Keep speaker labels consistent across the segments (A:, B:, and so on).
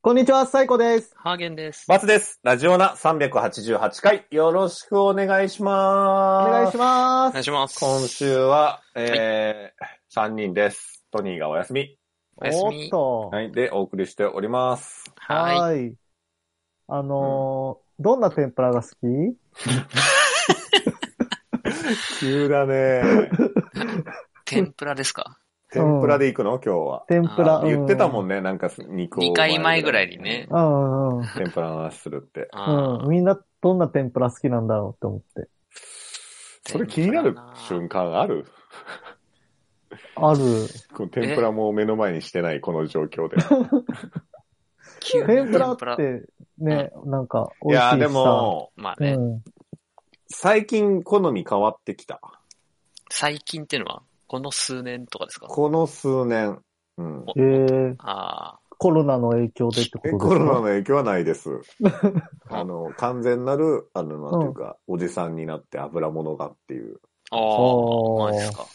A: こんにちは、サイコです。
B: ハーゲンです。
C: 松です。ラジオナ388回、よろしくお願いし
A: お
C: まーす。
A: 願いし
B: お
A: ま
B: 願
A: す。
B: いします。
C: 今週は、えー3人です。トニーがお休み。
B: おやす
A: おっ
B: み。
A: と。
C: はい。で、お送りしております。
B: はい。
A: い。あのー、どんな天ぷらが好き
C: 急だね。
B: 天ぷらですか
C: 天ぷらで行くの今日は。
A: 天ぷら。
B: あ
C: 言ってたも
A: ん。
C: んね、なんか肉を。
B: ?2 回前ぐらいにね。。
A: うんうん
C: 天ぷらの話する って。
B: あ
A: うん。うん。みんなどんな天ぷら好きなんだろうって思って。
B: ー
C: それ気になる瞬間ある
A: ある。
C: この天ぷらも目の前にしてないこの状 況で。
B: 急に
A: 天ぷらっ
B: 天ぷら
A: てね、なんか
C: い
A: 美味しいしさ。
C: や、で、も、
B: まあ
A: う
B: ね、
A: ん。
C: 最近好み変わってきた。
B: 最近っていうのは、この数年とかですか
C: この数年。うん。
B: お
A: えー、
B: あ
A: コロナの影響でってこと
C: え
A: ですか
C: コロナの影響はな いです。あの、完全なる、あの、なんていうか、おじさんになって油物がっていう。
B: あ。あ
A: お
B: あ。
A: ー
B: マジですか。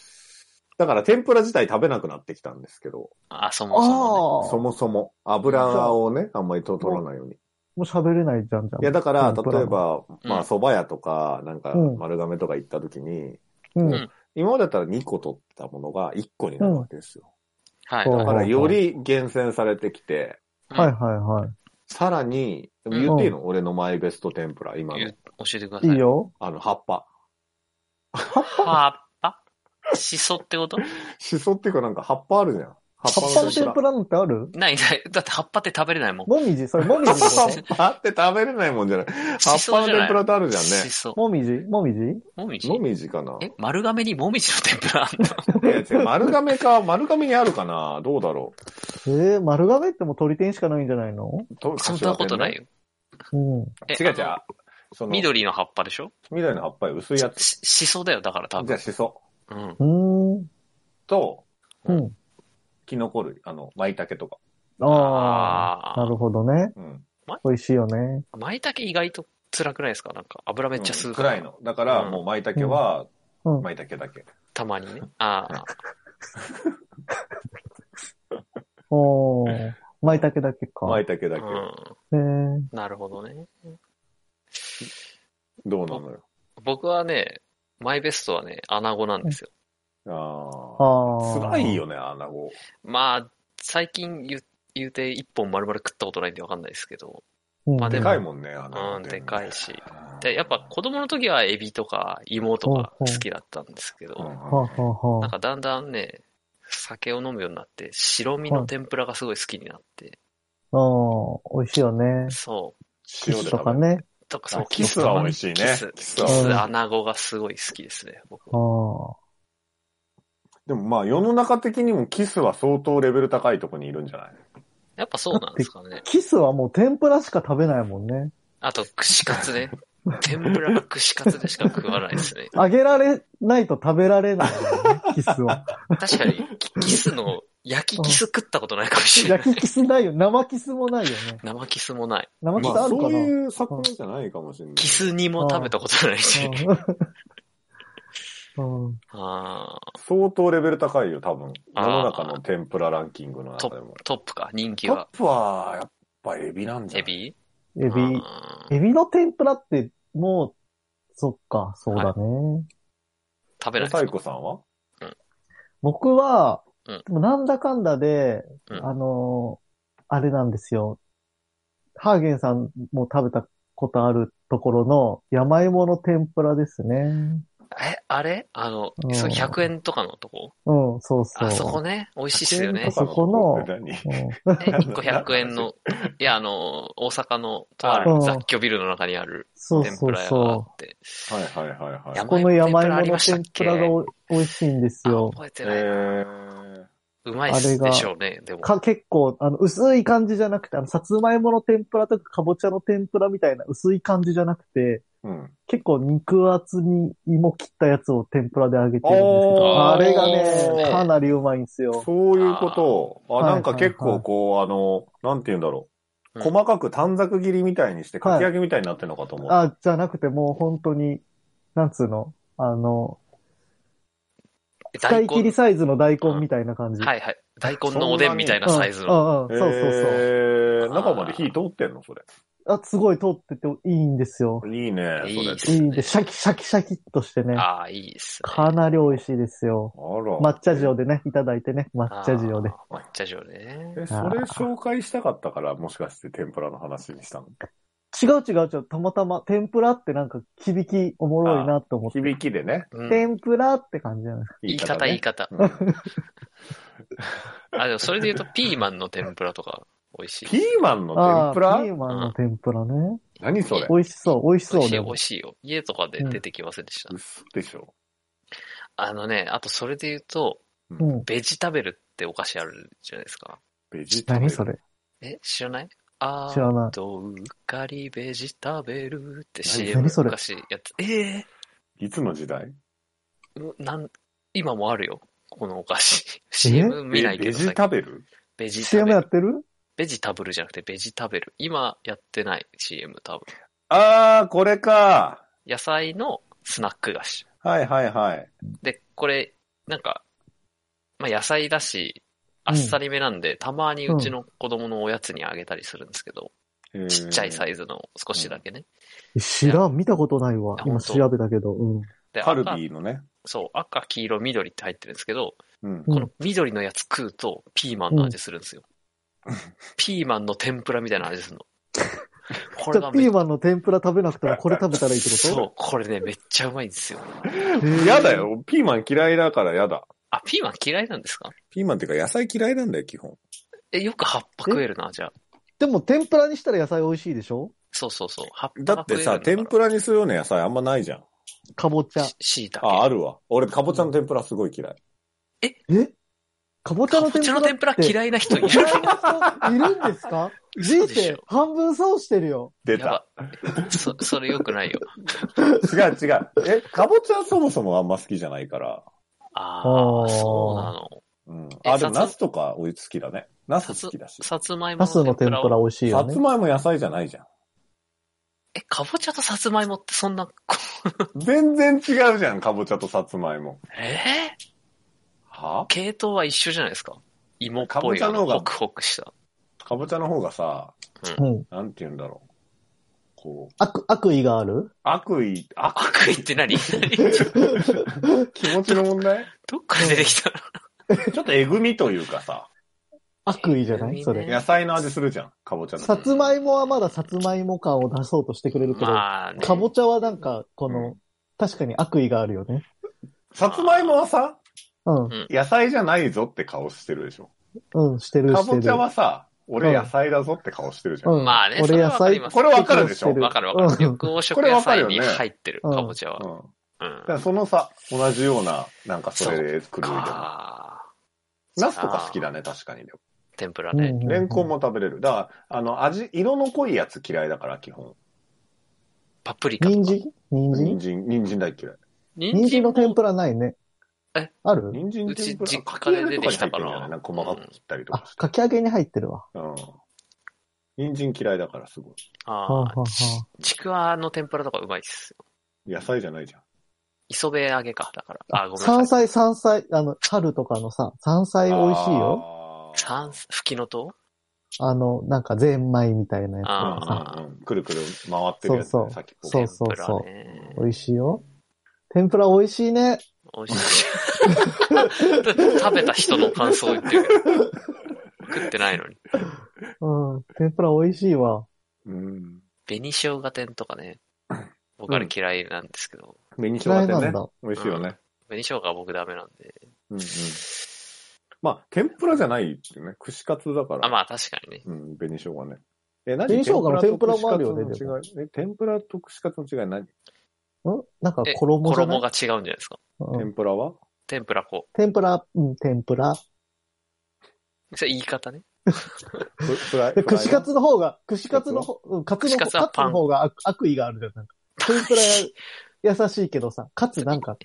C: だから天ぷら自体食べなくなってきたんですけど、
B: あ、そもそも、ね。
A: ああ。
C: そもそも油をね、あんまりと取らないように。
A: もう喋れないじゃんじゃん。
C: いや、だから、
A: 天ぷら
C: 例えば、まあ、蕎麦屋とか、なんか
A: うん、
C: 丸亀とか行った時に、
A: うん。
B: うん
C: 今までだったら2個取ってたものが1個になるわけですよ。
B: はい。
A: そう
C: だから、より厳選されてきて、
B: うん
A: はいはいは
C: さらに、でも言っていいの、俺のマイベスト天ぷら、今の
B: え、教えてくださ
A: い。
B: い。
A: いい。よ。
C: あの、葉っぱ。
B: 葉っぱしそってこと
C: シソっていうかなんか葉っぱあるじゃん。葉
A: 葉っぱの天ぷ
C: ら。
A: らなんてある
B: ない ない。だって葉っぱって食べれないもん。
A: もみじそれもみじの
C: 葉
A: こ
C: っぱって食べれないもんじゃない。葉っ
B: し
C: ぱ
B: そ
C: の
B: じゃな
C: 天
B: い
C: ぷらってあるじゃん
B: し
C: ね。
B: そ。
A: と。もみじもみじ
B: もみじ
C: もみじかな。
B: え、丸亀にもみじの天ぷらあんの
C: いや違う丸亀か、丸亀にあるかな。どうだろ
A: えー、丸亀ってもう鳥天しかないんじゃないの
C: う。と
B: そんなことない。よ。
A: うん。
B: え
C: 柏天ね違う違
B: あの
C: う。その緑
B: 緑の葉っぱでしょ
C: の葉っぱより薄いやつ。
B: ししそだよ、だから多
C: じ
B: 分
C: ゃあ。シソ
B: うん。
A: うーん。
C: と、
A: うん。
C: キノコ類、あの、舞茸とか。
A: ああ。
B: あー
A: なるほどね。
C: うん。
A: 美味しいよね。
B: 舞茸意外と辛くないですかなんか油めっちゃ吸う、
C: うん辛い。の。だから、
B: うん
C: もう舞茸は、
A: うん
C: 舞茸だけ。
B: たまにね。ああ。
A: おー。舞茸だけか。
C: 舞茸だけ。
B: う
A: えー、
B: ん。なるほどね。
C: どうなのよ。
B: 僕はね、マイベストはね、穴子なんですよ。
C: あ
A: あ
C: あ。
A: あ。
C: 辛い。よね、穴子。
B: まあ、最近言う言うて一本丸々食ったことないんでわかんないですけど。
A: うん、
B: まあ
C: でかい
A: ん。
C: もんね、穴子
B: う
C: っ
B: ん、
C: てね
B: でかいし。で、やっぱ子供の時はエビとか芋とか好きだったんですけ
C: うん
B: ど、
A: はあ、はあは
B: な
A: あ、
B: んかだんだんね、酒を飲むようになって、白身の天ぷらがすごい好きになって、
A: うん。美味しいよね。
B: そう。
A: キ
C: 塩で
A: スと
C: 食
A: か
C: べる。
A: ね。
B: とかそう
C: あキスは美味しいね
B: キス、
C: キ
B: キ
C: ス
B: ス
C: は
B: 穴子がすごい好きですね、僕
A: あ
B: は。
C: でもまあ世の中的にもキスは相当レベル高いとこにいるんじゃない
B: やっぱそうなんですかね
A: あ。。キスはもう天ぷらしか食べないもんね。
B: あと、串カツね。天ぷらが串カツでしか食わないですね。
A: 揚げられないと食べられないもんね、キス は。
B: 確かに、キキスの、焼きキス食ったことないかもしれない。
A: 焼きキスないよ。生キスもないよね。
B: 生キスもない。
A: 生キス
C: ま
A: あ
C: あ
A: る
C: そ
A: か
C: う
A: な、
C: いう作品じゃないかもしれない。
B: キスにも食べたことないし。
A: うんうん
B: あ
C: 相当レベル高いよ、多分。世
B: あー
C: の中の天ぷらランキングの中でも
B: ー。トップか、人気
C: トッ
B: は。
C: プは、やっぱエビなんじゃ
B: エ
C: ない
B: ビ
A: エ
B: エ
A: ビ。エビの天ぷらって、もう、そっか、そうだね。
B: 食べないで
C: サ
B: す
C: イ
B: か
C: コさんは
A: 僕は、
B: うん
A: でもなんだかんだで、
B: うん
A: あのーあれなんですよ。ハーゲンさんも食べたことあるところの山芋の天ぷらですね。
B: え、あれあの
A: う、ん
B: そう100円とかのとこ
A: うん、そうそう。
B: あそこね、美味しいっすよ
A: あ
B: ね。
A: そこの
C: え何
A: うん
B: え1個100円の、いや、あの、大阪のとあ
A: う
B: る
A: ん
B: 雑居ビルの中にある
A: そう
B: 天
A: そう
B: ぷら屋があ
A: そ。
B: って。
C: はいはいはいはい
A: この山芋の天ぷ
B: 天ぷらあ
A: ら
B: りましたっけ
A: がお美味しいんです
B: あ
A: よ。
B: 覚えてない。
C: え
B: うまいっすでしょうね、でも。
A: か、結構、あの、薄い感じじゃなくて、あの、さつまいもの天ぷらとかかぼちゃの天ぷらみたいな薄い感じじゃなくて、
C: ー、うん。
A: 結構肉厚に芋切ったやつを天ぷらで揚げてるんですけ
C: お
A: ど、
B: ー
A: あれが
B: いいですね
A: ね、かなりうまいんですよ。
C: そういうこと。あ、
A: はい
C: なんか結構こう、あの、なんて言うんだろう。
B: うん
C: 細かく短冊切りみたいにして、かき揚げみたいになってるのかと思う。
A: あ、じゃなくてもう本当に、なんつうの、あの、使い切りサイズの大根みたいな感じ。
B: はいはい。大根のおでんみたいなサイズ
A: うん
B: の。
A: うん、そうそうそう。
C: えー、中まで火通ってんのそれ。
A: あ、すごい通ってていいんですよ。
C: いいね、それ。
B: いいっす
A: いい
B: ね
A: んで、シャキシャキシャキっとしてね、
B: ああ、いいですね。
A: かなり美味しいですよ。
C: あ ら。
A: 抹茶塩でね、いただいてね、抹茶塩で。
B: あー。抹茶塩ね。
C: え、それ紹介したかったから、もしかして天ぷらの話にしたの
A: 違う違う違う、たまたま、天ぷらってなんか響きおもろいなと思って。
C: 響きでね。
B: うん
A: 天ぷらって感じじゃない
B: 言い方、言い
C: ね。
B: 方。
C: うん
B: あ、でもそれで言うと、ピーマンの天ぷらとか、美味しい。
C: ピーマンの
A: あ
C: 天ぷら
A: ーピーマンの天ぷらね。
C: 何それ
A: 美味しそう、美味し
B: 美
A: そ
B: 味
A: う
B: しい、
A: ね
B: 美。味しいよ。家とかで出てきませんでした。
C: 嘘でしょ
B: あのね、あとそれで言うと、
A: うん。
B: ベジタベルってお菓子あるじゃないですか。
C: ベジタブル
A: 何それ
B: え、知らないあー
A: 知らない
B: とうっかりベジタベルって
C: 何
B: CM
A: 何それ
B: 昔やつ。え
C: いつの時代
B: えなん、今もあるよ。このお菓子。CM 見ないけ
C: ベベ
B: ど
C: ジ
B: 最近
C: タベル
B: ベジタ
A: ?CM
B: ベ
A: や
B: ル。
A: ってる
B: ベジタブルじゃなくてベジタベル。今やってない CM 多分。
C: あー、これか。
B: 野菜のスナック菓子。
C: はいはいはい。
B: で、これ、なんか、まあ野菜だし、あっさりめなんで、たまにうちの子供のおやつにあげたりするんですけど、
C: えー
B: ちっちゃいサイズの少しだけね。
A: 知らん、見たことないわ
B: いや。
A: 今
B: 本当
A: 調べたけど。うん。
B: で、
C: カル
B: 赤
C: ビーのね。
B: そう、赤、黄色、緑って入ってるんですけど、
C: うん。
A: うん
B: この緑のやつ食うと、ピーマンの味するんですよ。ピーマンの天ぷらみたいな味するの。こ
A: じ
B: れ
A: ゃあ
B: が
A: ピ
B: め
A: ーマンの天ぷら食べなくてもこれ食べたらいいってこと
B: そう、これね、めっちゃうまいんですよ。
A: へー
C: やだ。よ。ピーマン嫌いだからやだ。
B: あ、ピーマン嫌いなんですか
C: ピーマンっていうか野菜嫌いなんだよ、基本。
B: え、よく葉っぱ食えるな、じゃあ。
A: でも天ぷらにしたら野菜美味しいでしょ
B: そうそうそう。葉っぱ
C: だ
B: が
C: っ
B: 食え
C: て
B: る
C: さ、天ぷ
B: ら。
C: らにするような野菜あんまないじゃん。
A: かぼちゃ。
B: しいた
C: あ、あ
B: け。
C: るわ。俺、かぼちゃの天ぷらすごい嫌い。
A: えかぼちゃ
B: か
A: の
B: ぼ
A: 天
B: ち
A: ぷ
B: ゃ
A: ら
B: の天ぷら
A: い。
B: 嫌いな人いる。
A: いるんですか
B: 嘘
A: 人
B: でしょ
A: 生半分損してるよ。
C: 出
B: や
C: た。
B: ば。そ、それよくないよ。
C: 違う違う。え、かぼちゃそもそもあんま好きじゃないから。
B: あ
A: あ
B: あ、
A: ー
B: そうなの。
C: うん。
B: え
C: あ、でも
B: さつ
C: ナスとかおいつ好きだね。ナス好きだし。
B: さつまいも
A: ナスの
B: の天
A: 天
B: ぷ
A: ぷ
B: ら
A: ら
B: は。
A: 美味しいよ
C: さ
A: ね
C: つ。まいも野菜じゃな いじゃん。
B: え、かぼちゃとさつまいもってそんな、こ
C: 全然違うじゃん、かぼちゃとさつまいも。
B: えー
C: は
B: 系統は一緒じゃないですか。芋っ
C: か
B: ぽ
C: ぼ
B: い
C: ちゃの方が
B: ホクホクした。
C: かぼちゃの方がさ、
A: うん。
C: なんて言うんだろう。こう、
A: 悪、悪意がある
C: 悪意、悪、
B: 悪意っ て何
C: 気持ちの問題
B: どっから出てきたの
C: ちょっとえぐみというかさ、
A: 悪意じゃない
B: え
A: それ。
C: 野菜の味するじゃん、かぼちゃの。
A: さつまいもはまださつまいも感を出そうとしてくれるけど、
B: まあね。
A: かぼちゃはなんか、この、
C: うん
A: 確かに悪意があるよね。
C: さつまいもはさ、
A: うん、
C: 野菜じゃないぞって顔してるでしょ。
A: うん、してる、
C: か
A: して
C: ぼ
A: る。
C: ちゃはさ、俺
A: うん
C: 野菜だぞって顔してるじゃん。
A: うん、
B: まあねそ
A: 俺
B: れは
A: 野
B: わかり
A: 菜
B: ます
C: これわかるでしょ
A: 適
B: わ
A: 応
B: かるわ
A: し
B: か
A: てる。
B: る。緑黄色
C: これ
B: 野
C: わか
B: 菜
C: るよね
B: に入ってる、
A: うん
B: かぼちゃ
C: う
B: は。
C: ん。
B: うん
C: だか。らそのさ、同じような、なんかそれで来るみたいな。
B: か
C: ナスとか好きだね、確かに。でも
B: 天ぷら
A: うん
B: ね。
A: うん
C: レンコンも食べれる。だから、あの、味、色の濃いやつ嫌いだから、基本。
B: パプリカとか。
A: 人参人参
C: 人参、人参大嫌い。
A: 人
B: 人
A: 参
B: 参
A: の
B: も
A: 天ぷらないね。
B: え
A: ある
C: 人参天ぷ
B: うち
C: ら、
B: 実
C: かき
B: 家
C: 揚
B: で
C: げ
B: 出
C: と
B: て
C: か
B: き
C: に入
B: たか
C: ってるん
B: な
C: じゃないなんか細かく切ったりと
A: あ
C: かし、て。
A: かき揚げに入ってるわ。
C: うん。人参嫌いだから、すごい。
A: はあ
B: あ
A: はあは
B: あ、ちちくわの天ぷらとかうまいっすよ。
C: 野菜じゃないじゃん。
B: 磯辺揚げか、だから。あ、ごめんな
A: 山
B: さ
A: 菜、
B: い。
A: 山菜、あの、春とかのさ、山菜美味しいよ。
C: よ
B: 山菜、吹きのと
A: あの、なんか、ゼンマイみたいなやつ。
B: あ
C: うんうんうん。くるくる回ってるやつ、ね、
A: そうそう
C: 先っぽが
A: そうそう
B: 天ぷらね。
A: 美味しいよ。天ぷら美味しいね。
B: 美味しい。食べた人の感想言ってるけど。食ってないのに。
A: うん。天ぷら美味しいわ。
C: うん。
B: 紅生姜天とかね。僕あれ嫌いなんですけど。
C: 紅生
A: 嫌
C: 姜
A: いな
C: 天
A: ん
C: ね
A: だ。。
C: 美味しいよね。
B: 紅生姜は僕ダメなんで。
C: うんうん。まあ、天ぷらじゃないっていうね。串カツだから。
B: あ、まあ確かにね。
C: うん、紅生姜ね。え、何
A: 紅生姜の天ぷらもあるよね
C: 天ぷらと串カツの違いえ、天ぷらと串カツの違い何
A: うんなんか
B: え
A: 衣じゃない
B: 衣が違うんじゃないですか。
A: うん
C: 天ぷらは
B: 天ぷら粉。
A: 天ぷら、うん、天ぷら。
B: それ言い方ね。
C: フフライ。
A: で、
C: フライ
A: 串カツの方が、串カツの方、うんカツの
B: 串カ
A: 方
B: ツは
A: カツ
B: パン
A: の方が悪悪意があるじゃん。なんか天ぷら や優しいけどさ、カツなんか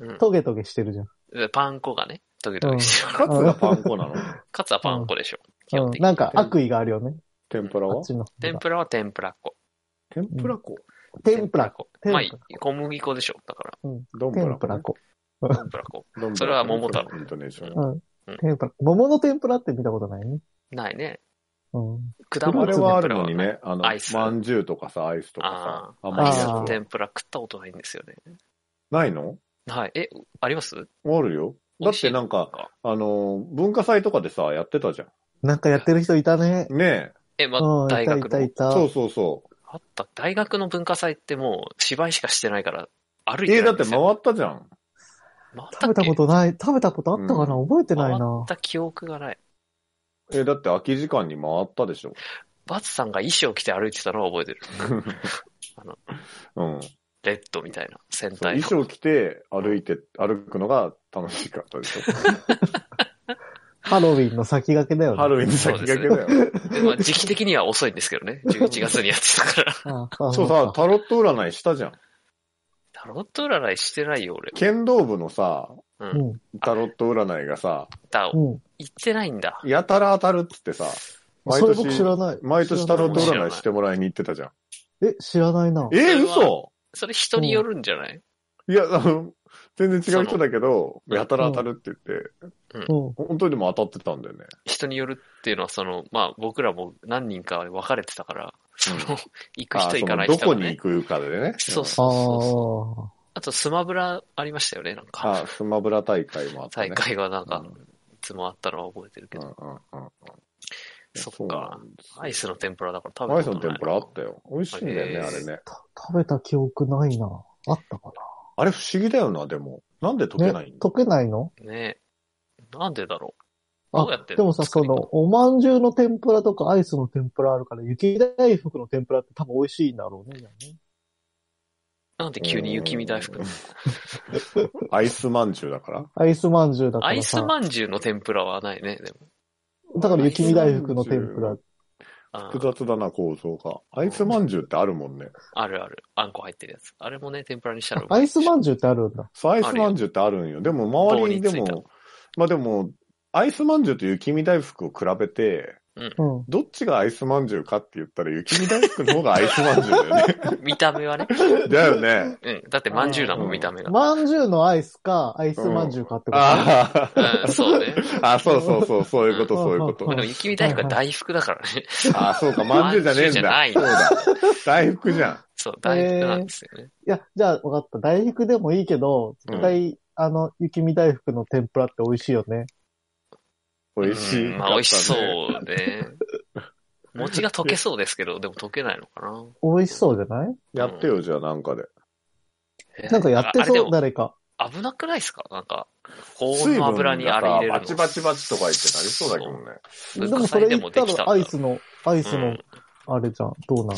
B: うん。
A: トゲトゲしてるじゃん。
B: パン粉がね、時々してる。
C: カツがパン粉なの。
B: カツはパン粉でしょ。基
A: う
B: 本
A: ん、
B: 的に。
A: なんか悪意があるよね。
C: 天ぷら
A: あ
C: は
A: っちの方
B: 天
A: が。
B: ぷらは天ぷら粉。
C: 天ぷら粉。
A: 天ぷら。
B: 粉。
A: 天ぷら粉
B: まあ、小麦粉でしょ。だから、
C: どんぶら
A: 天ぷ
C: 粉
A: ら
C: ね。
A: 粉。
B: 天ぷら粉。
C: どんぶら粉
B: それは桃太郎
C: イントネーション。
A: うん。天ぷら。桃の天ぷらって見たことないね。
B: ないね。
A: うん。
B: 果
C: あ
B: 物
C: れ
B: の
C: は
B: 天
C: あ
B: ぷ
C: る
B: ら
C: の
B: は
C: に
B: ない。
C: ね、あの、
B: アイス
C: まんじゅうとかさ、アイスと
B: あ
C: かさ、
B: あ、
C: 甘い
B: アイ
C: や
B: ス
C: つ
B: の天ぷら食ったことないんですよね。
C: ないの
B: はい。え、あります
C: あるよ。だってなん
B: 美味しい
C: か、あの、文化祭とかでさ、やってたじゃ
A: なんかやってる人いたね。
C: ん。ねえ。
B: え、ま
A: うん、
B: 大
A: いたい
B: 学
A: た
B: の
A: い。た。
C: そうそうそ
B: あった。大学の文化祭ってもう芝居しかしてないから、歩
C: う。
B: いて
C: え、
B: な
C: だ
B: いん
C: っ
B: で
C: て
B: す
C: 回
B: よ。
C: ったじゃん。
B: 回っ
A: 食べたこと
B: っ
A: ない。食べたことあったかな、覚えて
B: て
A: ない
B: 回
A: な
B: っ。た記憶がない。
C: え、だって空き時間に回ったでしょ。
B: バツさんが衣装着て歩いてたのは覚えてる。
C: うん。
B: レッドみたいな、戦隊
C: 衣
B: の。
C: 装着て歩いて、歩くのが楽しかったで しょ。
A: ハロウィンの先駆けだよね。
C: ハロウィンに先駆けだよ。
B: でまあ時期的には遅いんですけどね。11月にやってたから。
A: あああ
C: そうさ、タロット占いしたじゃん。
B: タロット占いしてないよ、俺。
C: 剣道部のさ、
B: う。
A: うんん。
C: タロット占いがさ、
B: だ、
A: うん。
B: 行ってないんだ。
C: やたら当たるっつってさ、毎
A: それ僕知ら
C: 年、
A: ない。
C: 毎年タロット
B: 知らない
C: 占いしてもらいに行ってたじゃん。
A: え、知らないな。
C: え
B: それは
C: 嘘
B: それ人によるんじゃない
C: いや、あの、全然違う人だけ
B: そ
C: ど、
B: の
C: やたら当たるって言って、
A: うん。
C: 本当にでも当たってたんだよね。
B: 人によるっていうのは、その、まあ僕らも何人か分かれてたから、その、行く
C: あ
B: 人行かない
C: その
B: 人
C: どこ
B: が
C: に
B: ね
C: 行。くかでね。
B: そう
A: あ
B: そうそうそう。
A: あ。
B: あとスマブラありましたよね、なんか。
C: あ、スマブラ大会もあったね。
B: 大会がなん
C: う
B: か
C: ん、
B: いつもあったのは覚えてるけ
C: うん
B: ど。
C: うんうんうん。
B: そっか
C: うなんですよ
B: アイスの天ぷらだから食べ
C: アイ
B: たこ
C: スの
B: とない
C: 天ぷらあったよ。美味しいんだよね、
B: へー
C: あれね。
A: た食べた記憶ないな。あったか
C: あれ不思議だよな、でも。なんで溶
A: な。
C: け
A: ね
C: ないんだ
A: 溶けないの
B: ねなんでだろう。
A: あ
B: どうやってん
A: でもさ、
B: 作
A: そ
B: り方
A: の、おまんじゅうの天ぷらとかアイスの天ぷらあるから、雪大福の天ぷらって多分美味しいんだろうね。じゃあね
B: なんで急に雪見大福
C: うんアイスまんじゅうだから。
A: アイスまんじゅうだか
B: アイ
A: ら
B: ス
A: さ。
B: まんじゅうの天ぷらはないね、でも。
A: だから雪見大福の天ぷら。
B: あー
C: 複雑だな、構造が。アイスまんじゅうってあるもんね。
B: あるある。あんこ入ってるやつ。あれもね、天ぷらに したらうま
A: ア
B: い
A: イスまんじゅうってあるんだ。
C: そうアイスまんじゅうってあるんよ。でも、周りにで
B: 棒につい
C: も、まあでも、アイスまんじゅうと雪見大福を比べて、
A: うん。
C: どっちがアイスまんじゅうかって言ったら、雪見大福の方がアイスまんじゅうだよね。
B: 見た目はね。
C: だよね。
B: うん。だってまんじゅうだもん、見た目が。
A: まんじゅうのアイスか、アイスまんじゅうかってこと、
C: あ
B: うん、そうね。
C: あ、あ、そうそうそう、そういうこと、そういう
A: う
C: こ
A: ん
B: まあ
C: と。
B: でも雪見大福は大福だからね。
C: ああ、そうか、まんじゅうじゃねえん
B: ま
C: だ。
B: んじゅ
C: そ
B: うじゃ
C: う
B: ない
C: だ。大福じゃん。
B: そう、大福なんですよね。
A: いや、じゃあ分かった。大福でもいいけど、絶対、あの、雪見大福の天ぷらって美味しいよね。
C: 美味しい、
B: うんまあ美味しそう。 ね。餅が溶けそうですけど、でも溶けないのかな。
A: 美味しそうじゃない
C: やってよ、じゃあ、なんかで。
B: えー
A: なんかやって
B: あれで
A: そう、
B: も
A: 誰か。
B: 危なくないですかなんか、高温の油にあれ入れるの。
C: 水分がさバチバチバチとか言ってなりそうだけどね。
A: で
B: 文
A: も
B: 化
A: そ
B: 祭
A: れ
B: で
A: 言
B: も
A: っ
B: で
A: た
B: きたん
A: ら
B: だ
A: アイスの、アイス
B: う
A: の
B: ん
A: あれじゃん。どうなんの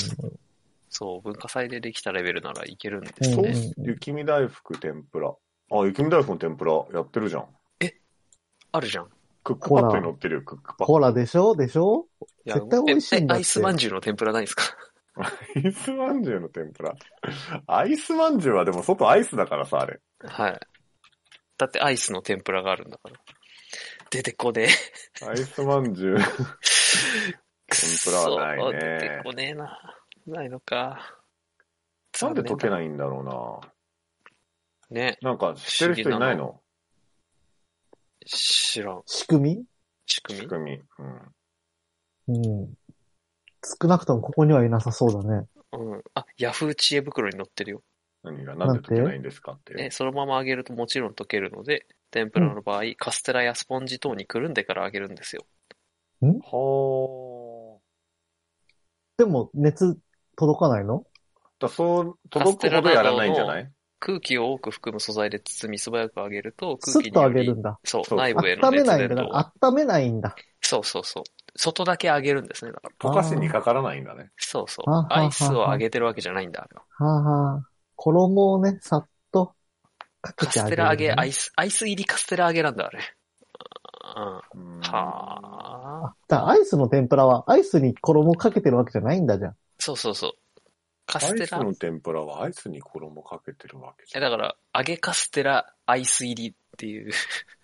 B: そう、文化祭でできたレベルならいけるんで
A: う
B: す
A: ん
C: そう
B: ね。
C: 雪見大福天ぷら。あ、雪見大福の天ぷらやってるじゃん。
B: あるじゃん。
C: クックパッドに乗ってるよ、クックパッ
A: ほらでしょでしょ
B: いや
A: 絶対美味しいんだって
B: ええアイスまんじゅうの天ぷらないですか
C: ド。アイスまんじゅうの天ぷら。アイスまんじゅうはでも外アイスだからさ、あれ。
B: はい。だってアイスの天ぷらがあるんだから。出てこねえ。
C: アイスまんじゅう。
B: く
C: 天ぷ
B: そ
C: らはないね
B: 出てこねえな。ないのか。
C: なんで溶け
B: い
C: ないんだろ
B: ね、
C: うな。なんか知ってる人いないの
B: 知らん。
A: 仕組
B: 仕組
C: 仕
B: み
C: 組み。うん。
A: みうん。少なくともここにはいなさそうだね。
B: うん。あ、ヤフー知恵袋に載ってるよ。
C: 何が、なんで溶けないんですかっていう。
B: ね、そのまま揚げるともちろん溶けるので、天ぷらの場合、カステラやスポンジ等にくるんでから揚げるんですよ。
C: は
A: でも、熱届かないの
C: あ。だそう、届くほどやらないんじゃない
B: 空気を多く含む素材で包み素早く揚げると、
A: ス
B: 空気
A: ッ
B: に
A: と
B: よ
A: 揚
B: り
A: げるんだ。
B: そう、
C: そう
B: 内部への
A: 温め
B: 熱
A: ない
B: 伝
A: んだ
B: 導。
A: 温めないんだ。
B: そうそうそう。外だけ揚げるんですね。だから
C: 溶かしにかからないんだね。
B: そうそう
A: あは。あ
B: アイスを揚げてるわけじゃないんだ。あれは
A: はあ、はあ、衣をね、さっとかけ
B: カ
A: て
B: ス
A: あ
B: テ
A: げ
B: ラ揚げ、
A: るんだ
B: ア
A: ね
B: イス、アイス入りカステラ揚げなんだ、あれ。うん。
C: うんあ。
B: はあ。
A: あだからアイスの天ぷらは、アイスに衣かけてるわけじゃないんだじゃん。
B: そうそうそう。カ
C: ア
B: ステ
C: イス
B: ラ。
C: の天ぷらはアイスに衣かけてるわけじ
B: え、
C: ゃん。
B: だから、揚げカステラ、アイス入りっ ていう。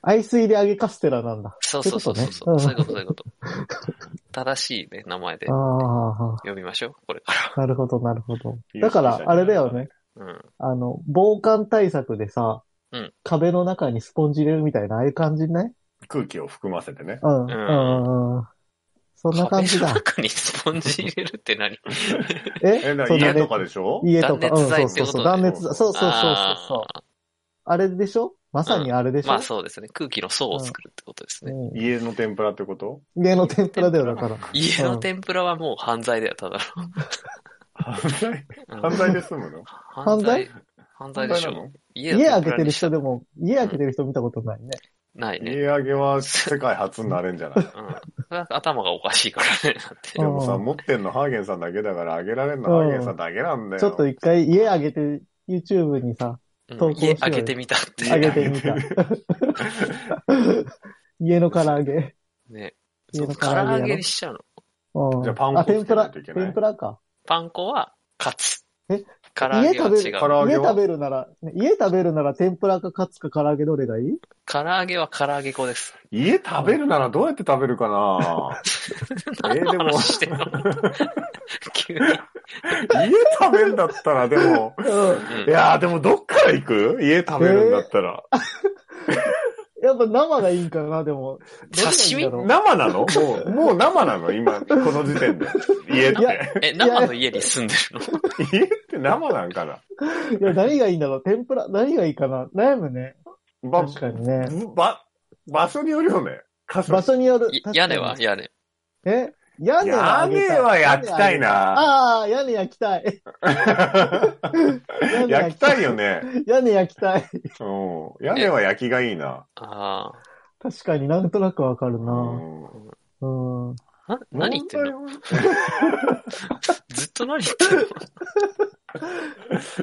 A: アイス入り揚げカステラなんだ。
B: そうそうそうそう。
A: そういうことねうん
B: そういうこと、そういうこと。正しいね、名前で
A: ああ、
B: 呼びましょう、これか
A: なるほど、なるほど。だから、あれだよね。
B: ら。うん。
A: あの、防寒対策でさ、
B: うん
A: 壁の中にスポンジ入れるみたいな、ああいう感じね。
C: 空気を含ませてね。
A: うん、
B: ん
A: うん、うん。そんな感じ
B: 壁の
A: だ。
B: 中にスポンジ入れるって何
C: え、
A: え
C: な
A: そうだ
C: 家
A: ね
C: とかでしょ
A: 家とか、
B: 断熱材
A: うん、
B: って
A: そうそうそ
B: こと
A: う、
B: ね
A: 断熱材、そうそうそうそう
B: あー
A: そう。あれでしょまさにあれでしょ、
B: まあそうですね。空気の層を作るってことですね。
A: うん
C: 家の天ぷらってこと
A: 家の天ぷらだよ、だから。
B: 家の天ぷらはもう犯罪だよ、ただ
C: 犯罪
B: の。
C: 犯罪で済むの
B: 犯罪犯罪でし
C: 犯罪
B: ょ。家
A: 家開
B: を天ぷ
A: け
B: ら
A: てる
B: にした
A: 人でも、家開けてる人見たことないね。
B: ない
C: なの
B: ね。
C: 家揚げは世界初になれんじゃない
B: うん。それは頭がおかしいからね、だって
C: で。もさ、
A: うん
C: 持ってんのハーゲンさんだけだからあげられんの
A: う
C: ハ
A: ん
C: ーゲンさんだけなんだよ。
A: ちょっと一回家開げて、YouTube にさ、
B: うん
A: 投稿しよう
B: 家
A: よ
B: 開けてみたって。
A: 上げてみた。 家の唐揚げ。
B: ね。
A: 家の唐
B: 唐揚
A: 揚げ
B: げ
A: や
B: にしちゃうの。
A: ろ。うん
C: じゃあパン粉
A: あ、天ぷら、
C: つけないといけない
A: 天ぷらか。
B: パン粉は、カツ。
A: え
B: 唐揚げは
A: 家食
B: 違
A: べる。
B: う
C: 唐揚
A: 家
C: げは
A: 食べるなら、ね家食べるなら天ぷらかカツか唐揚げどれがいい
B: 唐揚げは唐揚げ粉です。
C: 家食べるならどうやって食べるかなえ
B: 何
C: ーで
B: の
C: も、
B: 話してんの 急に。
C: 家食べるんだったらでも、
B: うん
C: いやーでもどっから行く家食べるんだったら。
A: やっぱ生がいいんかな、でも。どれがいいんだろう
C: 生なのも う、もう生なの今、この時点で。家っ
A: いや
C: て。
B: え、生の家に住んでるの
C: 家って生なんかない
A: や、何がいいんだろう天ぷら、何がいいかな悩むね。
C: ば
A: 確かにね。
C: ば、場所によるよね。箇所
A: 場所による。
B: い
A: 確かに
B: 屋根は屋根。
A: え屋根は上げたい
C: 屋根は焼きたいな
A: ああ、屋根焼きた い。
C: 焼きたいよね。
A: 屋根焼きたい。
C: うん。屋根は焼きがいいな。
B: あ
A: 確かになんとなくわかる
C: う
A: な。
C: ん。
A: うん。
B: あ。な、何言ってんの
C: 問題は
B: ずっと何言ってん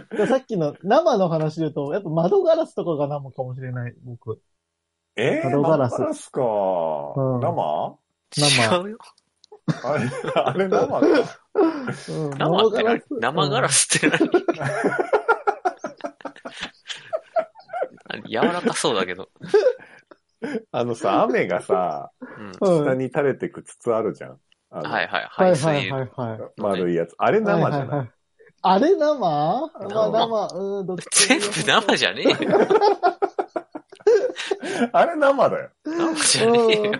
B: の
A: でさっきの生の話で言うと、やっぱ窓ガラスとかが生かもしれない、僕。
C: えー、
A: 窓ガラス
C: 窓ガラスか。
A: ん
C: 生
A: 生
B: 違うよ。
C: あれ、あれ生か。
A: うん、
B: 生って何
A: 窓
B: 生ガラスって何 何柔らかそうだけど。
C: あのさ、雨がさ、
B: うん。
A: うん
C: 下に垂れてく筒あるじゃん。あの
B: はいは
A: は
B: い。
A: い
B: 排水。
A: はいはいはい。
C: 丸いやつ。あれ生じゃ
A: はいはい
C: ない
A: はいあれ生まあ
B: 生
A: 生、うん、どっち
B: 全部生じゃねえよ。
C: あれ 生だよ。
B: 生じゃねえよ。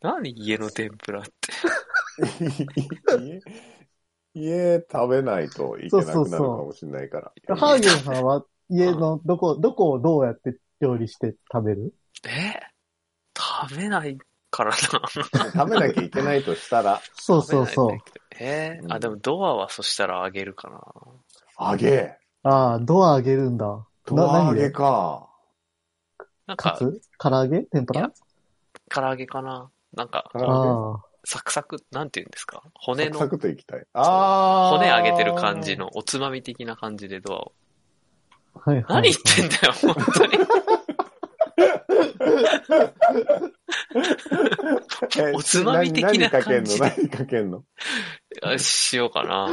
B: 何家の天ぷらって。
C: 家家食べないといけなくなるかもしれないから。
A: うんハーゲンさんは家のどこ、どこをどうやって料理して食べる
B: え食べないからな。
C: 食べなきゃいけないとしたら、
A: そうそうそう。
B: え
C: うん
B: あ、でもドアはそしたら上げるかな。
C: 揚げ。
A: ああ、ドア上げるんだ。
C: ドア揚げ
A: で
C: か。
B: なん
A: カ
B: か、
A: ツ唐揚げ天ぷ
B: い
A: ら
B: や唐揚げかな。なんか、
C: 唐揚
A: ああ。
B: サクサク、なんて言うんですか
C: げ
B: 骨
C: サク
B: の
C: サクといきたい。あー
B: 骨上げてる感じ。の、おつまみ的な感じでドアを。
A: はいはい、
B: 何言ってんだよ、本当に。
C: え
B: おつまみ的な感じ
C: 何何かけんの
B: あしようかな。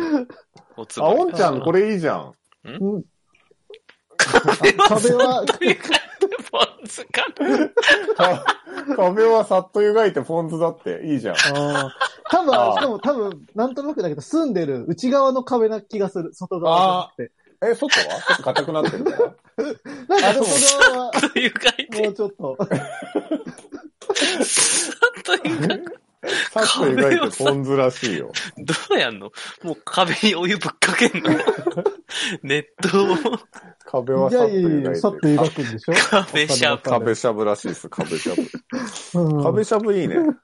B: おつ
C: 何か
B: まみ。
C: けんのあ、おんちゃんこれいいじゃん。
A: うん
B: 壁は、
A: 壁 は、
B: ポン酢か
C: か壁はさっと湯がいてポン酢だっていいじゃん。
A: ああ多分、
C: ああ
A: しかも多分、なんとなくだけど、住んでる内側の壁な気がする。外側じゃなく
C: え、外はちょっと硬くなってるから。
A: て。なんか外側は、
B: なというかいて
A: もうちょっと。
B: さっというか
C: さっと湯がいてポン酢らしいよ。
B: どうやんのもう壁にお湯ぶっかけんの熱湯を
C: 壁はさっと湯
A: い
C: が
A: や
C: い
A: い
C: て。
A: や、さっと湯がくんでしょ
B: 壁シャープ。
C: 壁しゃぶらしいです、壁しゃぶ。
A: うん
C: 壁しゃぶいいね。うん。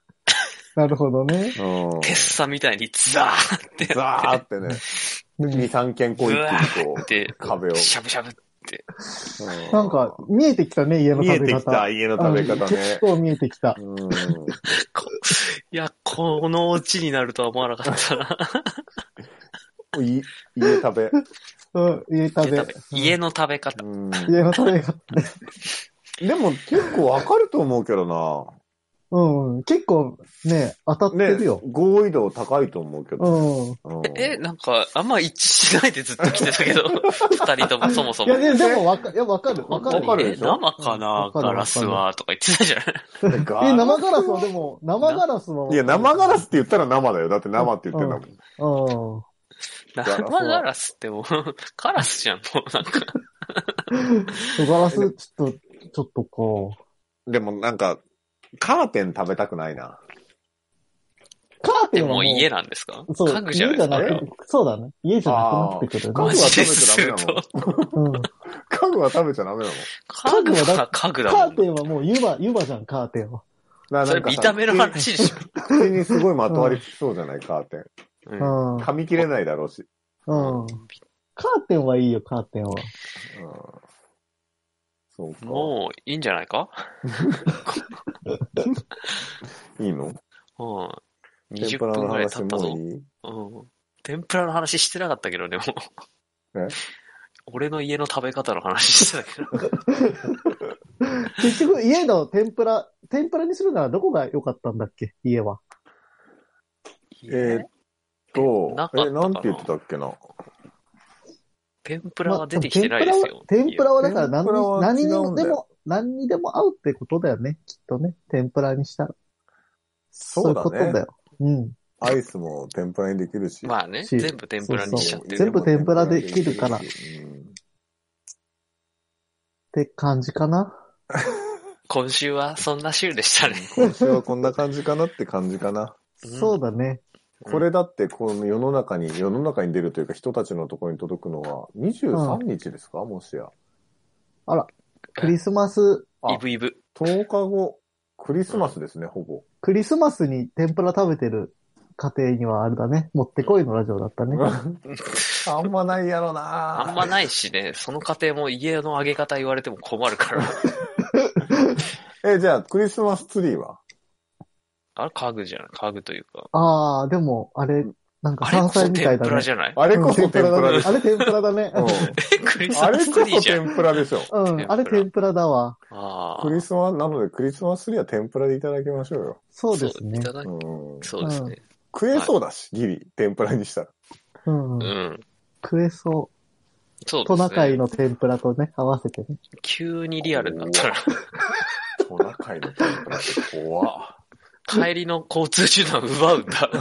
A: なるほどね。
B: 鉄砂みたいにザーってや
C: ザーってね、2、3件こう一気にこ
B: って、で
C: う、壁を。
B: しゃぶしゃぶ。
C: う
A: なんか、、見えてきたね、家の
C: 見え
A: 食
C: て
A: べ
C: きた、
A: 方。
C: 家の食べ方
A: うん
C: ね
A: 結。構見えてきた。
C: うん。
B: こいや、このオチになるとは思わなかったな。
C: い家食べ。
A: うん、家食べ。
B: 家の食べ方。
C: うん
A: 家の食べ方。
C: でも結構わかると思うけど
A: うん、結構ね、当たっ
C: な。ね
A: てるよ。、
C: 合意度高いと思うけど。
A: うん。
C: うん
B: え、なんか、あんま一致しないでずっと来てたけど、二人ともそもそ
A: いや、
B: も。
A: ででもわか、いや、わかる。わかる。
C: わかる
B: え
C: でしょ
B: 生かな
A: わ、かる
B: ガラスは、とか言ってたじゃん。
A: え、
C: ガ
A: 生ガラスはでも、生ガラスの。
C: いや、生ガラスって言ったら生だよ。だって生って言ってんだもん。
A: うん。
C: ラスは
B: 生ガラスってもう、カラスじゃん、もうなんか。
A: ガラス、ちょっと、ちょっとこ
C: でもなんか、カーテン食べたくないな。
A: う。カーテ
B: で
A: ンは
B: も
A: も
B: う
A: う
B: 家なんですか
A: そう、
B: 家具じゃな
A: 家
B: い
A: じ
B: で
A: ゃ
B: すか
A: な
B: あ
A: く
B: れ
A: て、そうだね。家じゃなくなってくる
C: あー
A: よ
B: マ
A: ね。
B: ジですると。
A: うん。
C: 家具は食べちゃダメなの
B: 家具は家具だ
A: カ
B: も
A: ー
B: ん。
A: テンはもう湯葉、湯葉じゃん、カーテンは。
C: な
B: そ
C: な
B: れ
C: んか
B: 見
C: さ
B: た目の話でしょ。
C: 口に口にすごいまとわりつきそうじゃない、カーテン。
B: う
A: うんん。うん。
C: 噛み切れないだろうし。
A: カーテンはいいよ、カーテンは。
C: うんそう か。
B: もういいんじゃないか
C: いいの
B: うん。
C: 天
B: 20
C: ぷら
B: 分
C: の
B: ぐらい
C: 話
B: 経った
C: も
B: ぞ。
C: ういい
B: うん。天ぷらの話してなかったけどね、も
C: え
B: う。俺の家の食べ方の話してた けど。
A: 結局、家の天ぷら、天ぷらにするならどこが良かったんだっけ家は。
C: えーっと
B: なかった、か
C: え、
B: な
C: なんて言ってたっけな。
B: 天ぷらは出てきてないです
A: ま
B: よ。
A: あでも天ぷらは、天ぷらはだ
C: 天ぷらは
A: から何に、何に
C: 違う
A: も、
C: んだ
A: で
C: よ
A: も、何にでも合うってことだよね。きっとね。天ぷらにしたら。
C: そうだね
A: そういうことだよ。うん。
C: アイスも天ぷらにできるし。
B: まあね、
A: し
B: 全部天ぷらにしちゃって
A: そう全
B: る
A: 部天ぷらできるから
C: うん
A: って感じかな。
B: 今週はそんな週でしたね。
C: 今週はこんな感じかなって感じかな。
B: うん
A: そうだね。
B: うん
C: これだって、この世の中に、世の中に出るというか人たちのところに届くのは23日ですか、もしや。
A: クリスマス、
C: あ
B: イブイブ。
C: 10日後、クリスマスですね、ほぼ。
A: クリスマスに天ぷら食べてる家庭にはあれだね。もってこいのラジオだったね。
C: あんまないやろな
B: あんまないしね、その家庭も家の揚げ方言われても困るから。
C: え、じゃあ、クリスマスツリーは
B: あれ家具じゃない家具というか。
A: ああ、でも、あれ、なんか
B: あれこ
A: 山
B: そ
A: 菜みたい
B: 天
A: だ
B: ぷ
A: ね
B: ら。じゃない
C: あれこそ天ぷら
A: う
C: で
A: ん
C: し
A: あれ天ぷらだね。
C: ょ。
B: え、 クリ
C: うん
B: スマ
C: あれ
B: スツ
C: こ
B: リー
C: そ
B: じゃん。
C: 天ぷらでしょ。
A: うん、あれ天ぷらだわ。
B: ああ
C: ク。リスマス、なのでクリスマスツリーは天ぷらでいただきましょうよ。
A: そうですね
B: い。ただき
C: うん、
B: そうですね。
C: 食えそうだし、ギリ、天ぷらにしたら。
A: うん
B: う。ん。
A: 食えそ。
B: そうう
A: ト
B: ですね。
A: ナカイの天ぷらとね、合わせてね。
B: 急にリアルになったら、
C: トナカイの天ぷらって怖っ
B: 帰りの交通手段奪うん だ。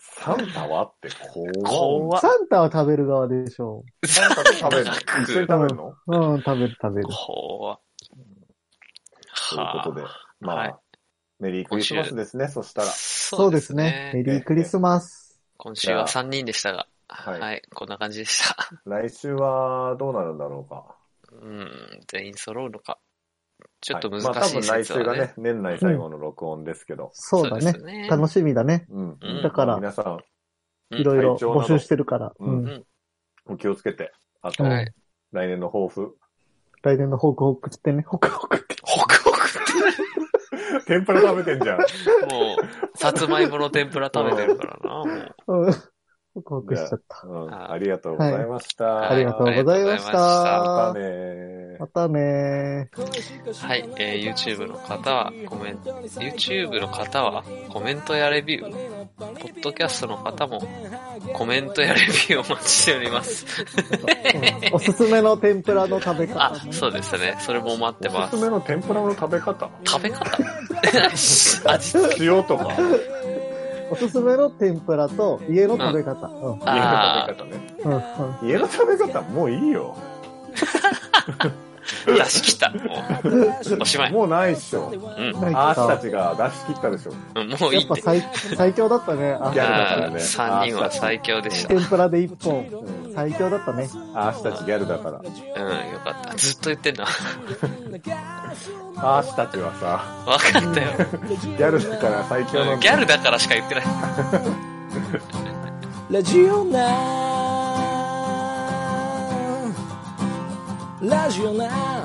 C: サンタはって怖っ
B: 怖っ
A: サンタは食べる側でしょ
C: サンタと食べるの一緒に食べるの
A: う。うん、食べる食べる。
B: 怖っ
C: ということで、まあ、
B: はい
C: メリークリスマスですね、そしたら。
A: そ
B: そう
A: ですね。メリークリスマス。
B: 今週は3人でしたが、
C: はい
B: はい、こんな感じでした。
C: 来週はどうなるんだろうか。
B: うん、全員揃うのか。ちょっと
C: は
B: 難しい
C: まあ多分来
B: 説
C: 週が
B: はね
C: ね。、年内最後の録音ですけど。
A: そうだね。
B: ね
A: 楽しみだね。
C: うん。
B: うん
A: だから
C: 皆さん、
B: うん
A: いろいろ
C: 体調など
A: 募集してるから。
C: う
A: うんん。
C: お気をつけて。あと、
B: は
C: 来
B: い。
C: 年の抱負。
A: 来年のホクホクってね。ホクホクって。
B: ホクホク
C: 天ぷら食べてんじゃん。
B: って、もう、さつまいもの天ぷら食べてるからな、もう。
A: うん。ホクホクしちゃった。
C: うん、ありがとうございました。
B: はい
A: ありがとうございまし
C: ま
A: た
C: た。ねー
A: また ね
B: はい、えー YouTube の方はコメント、YouTube の方はコメントやレビュー、ポッドキャストの方もコメントやレビューをお待ちしております。
A: ー。おすすめの天ぷらの食べ方
B: あ、。そうですね。それも待って
C: お
B: ますす
C: す。めの天ぷらの食べ方
B: 食べ方味
C: 塩とか
A: おすすめの天ぷらと家の食べ方。うん。
C: 家
B: あ
C: の食べ方ね
A: うん。うん。
C: 家の食べ方もういいよ
B: 出し切った。もう、おしまい。
C: もうないっしょ
B: うん、
A: ない
C: あー
A: か
C: しちたちが出し切ったでしょ
B: うんもうい
A: や
B: い
A: っ
B: っ
A: ぱ
B: て。
A: 最最強だったね。あ
C: ギャルだから
B: あ
C: ね
B: 3人は最強でした。うん、
A: 天ぷらで一本。最強だったね。
C: あーしたちギャルだから
B: よかった。ずっと言ってんな。
C: あーしたちはさ
B: わかったよ。
C: ギャルだから最強なんだ
B: ギャルだからしか言ってない。
D: ラジオナラジオナ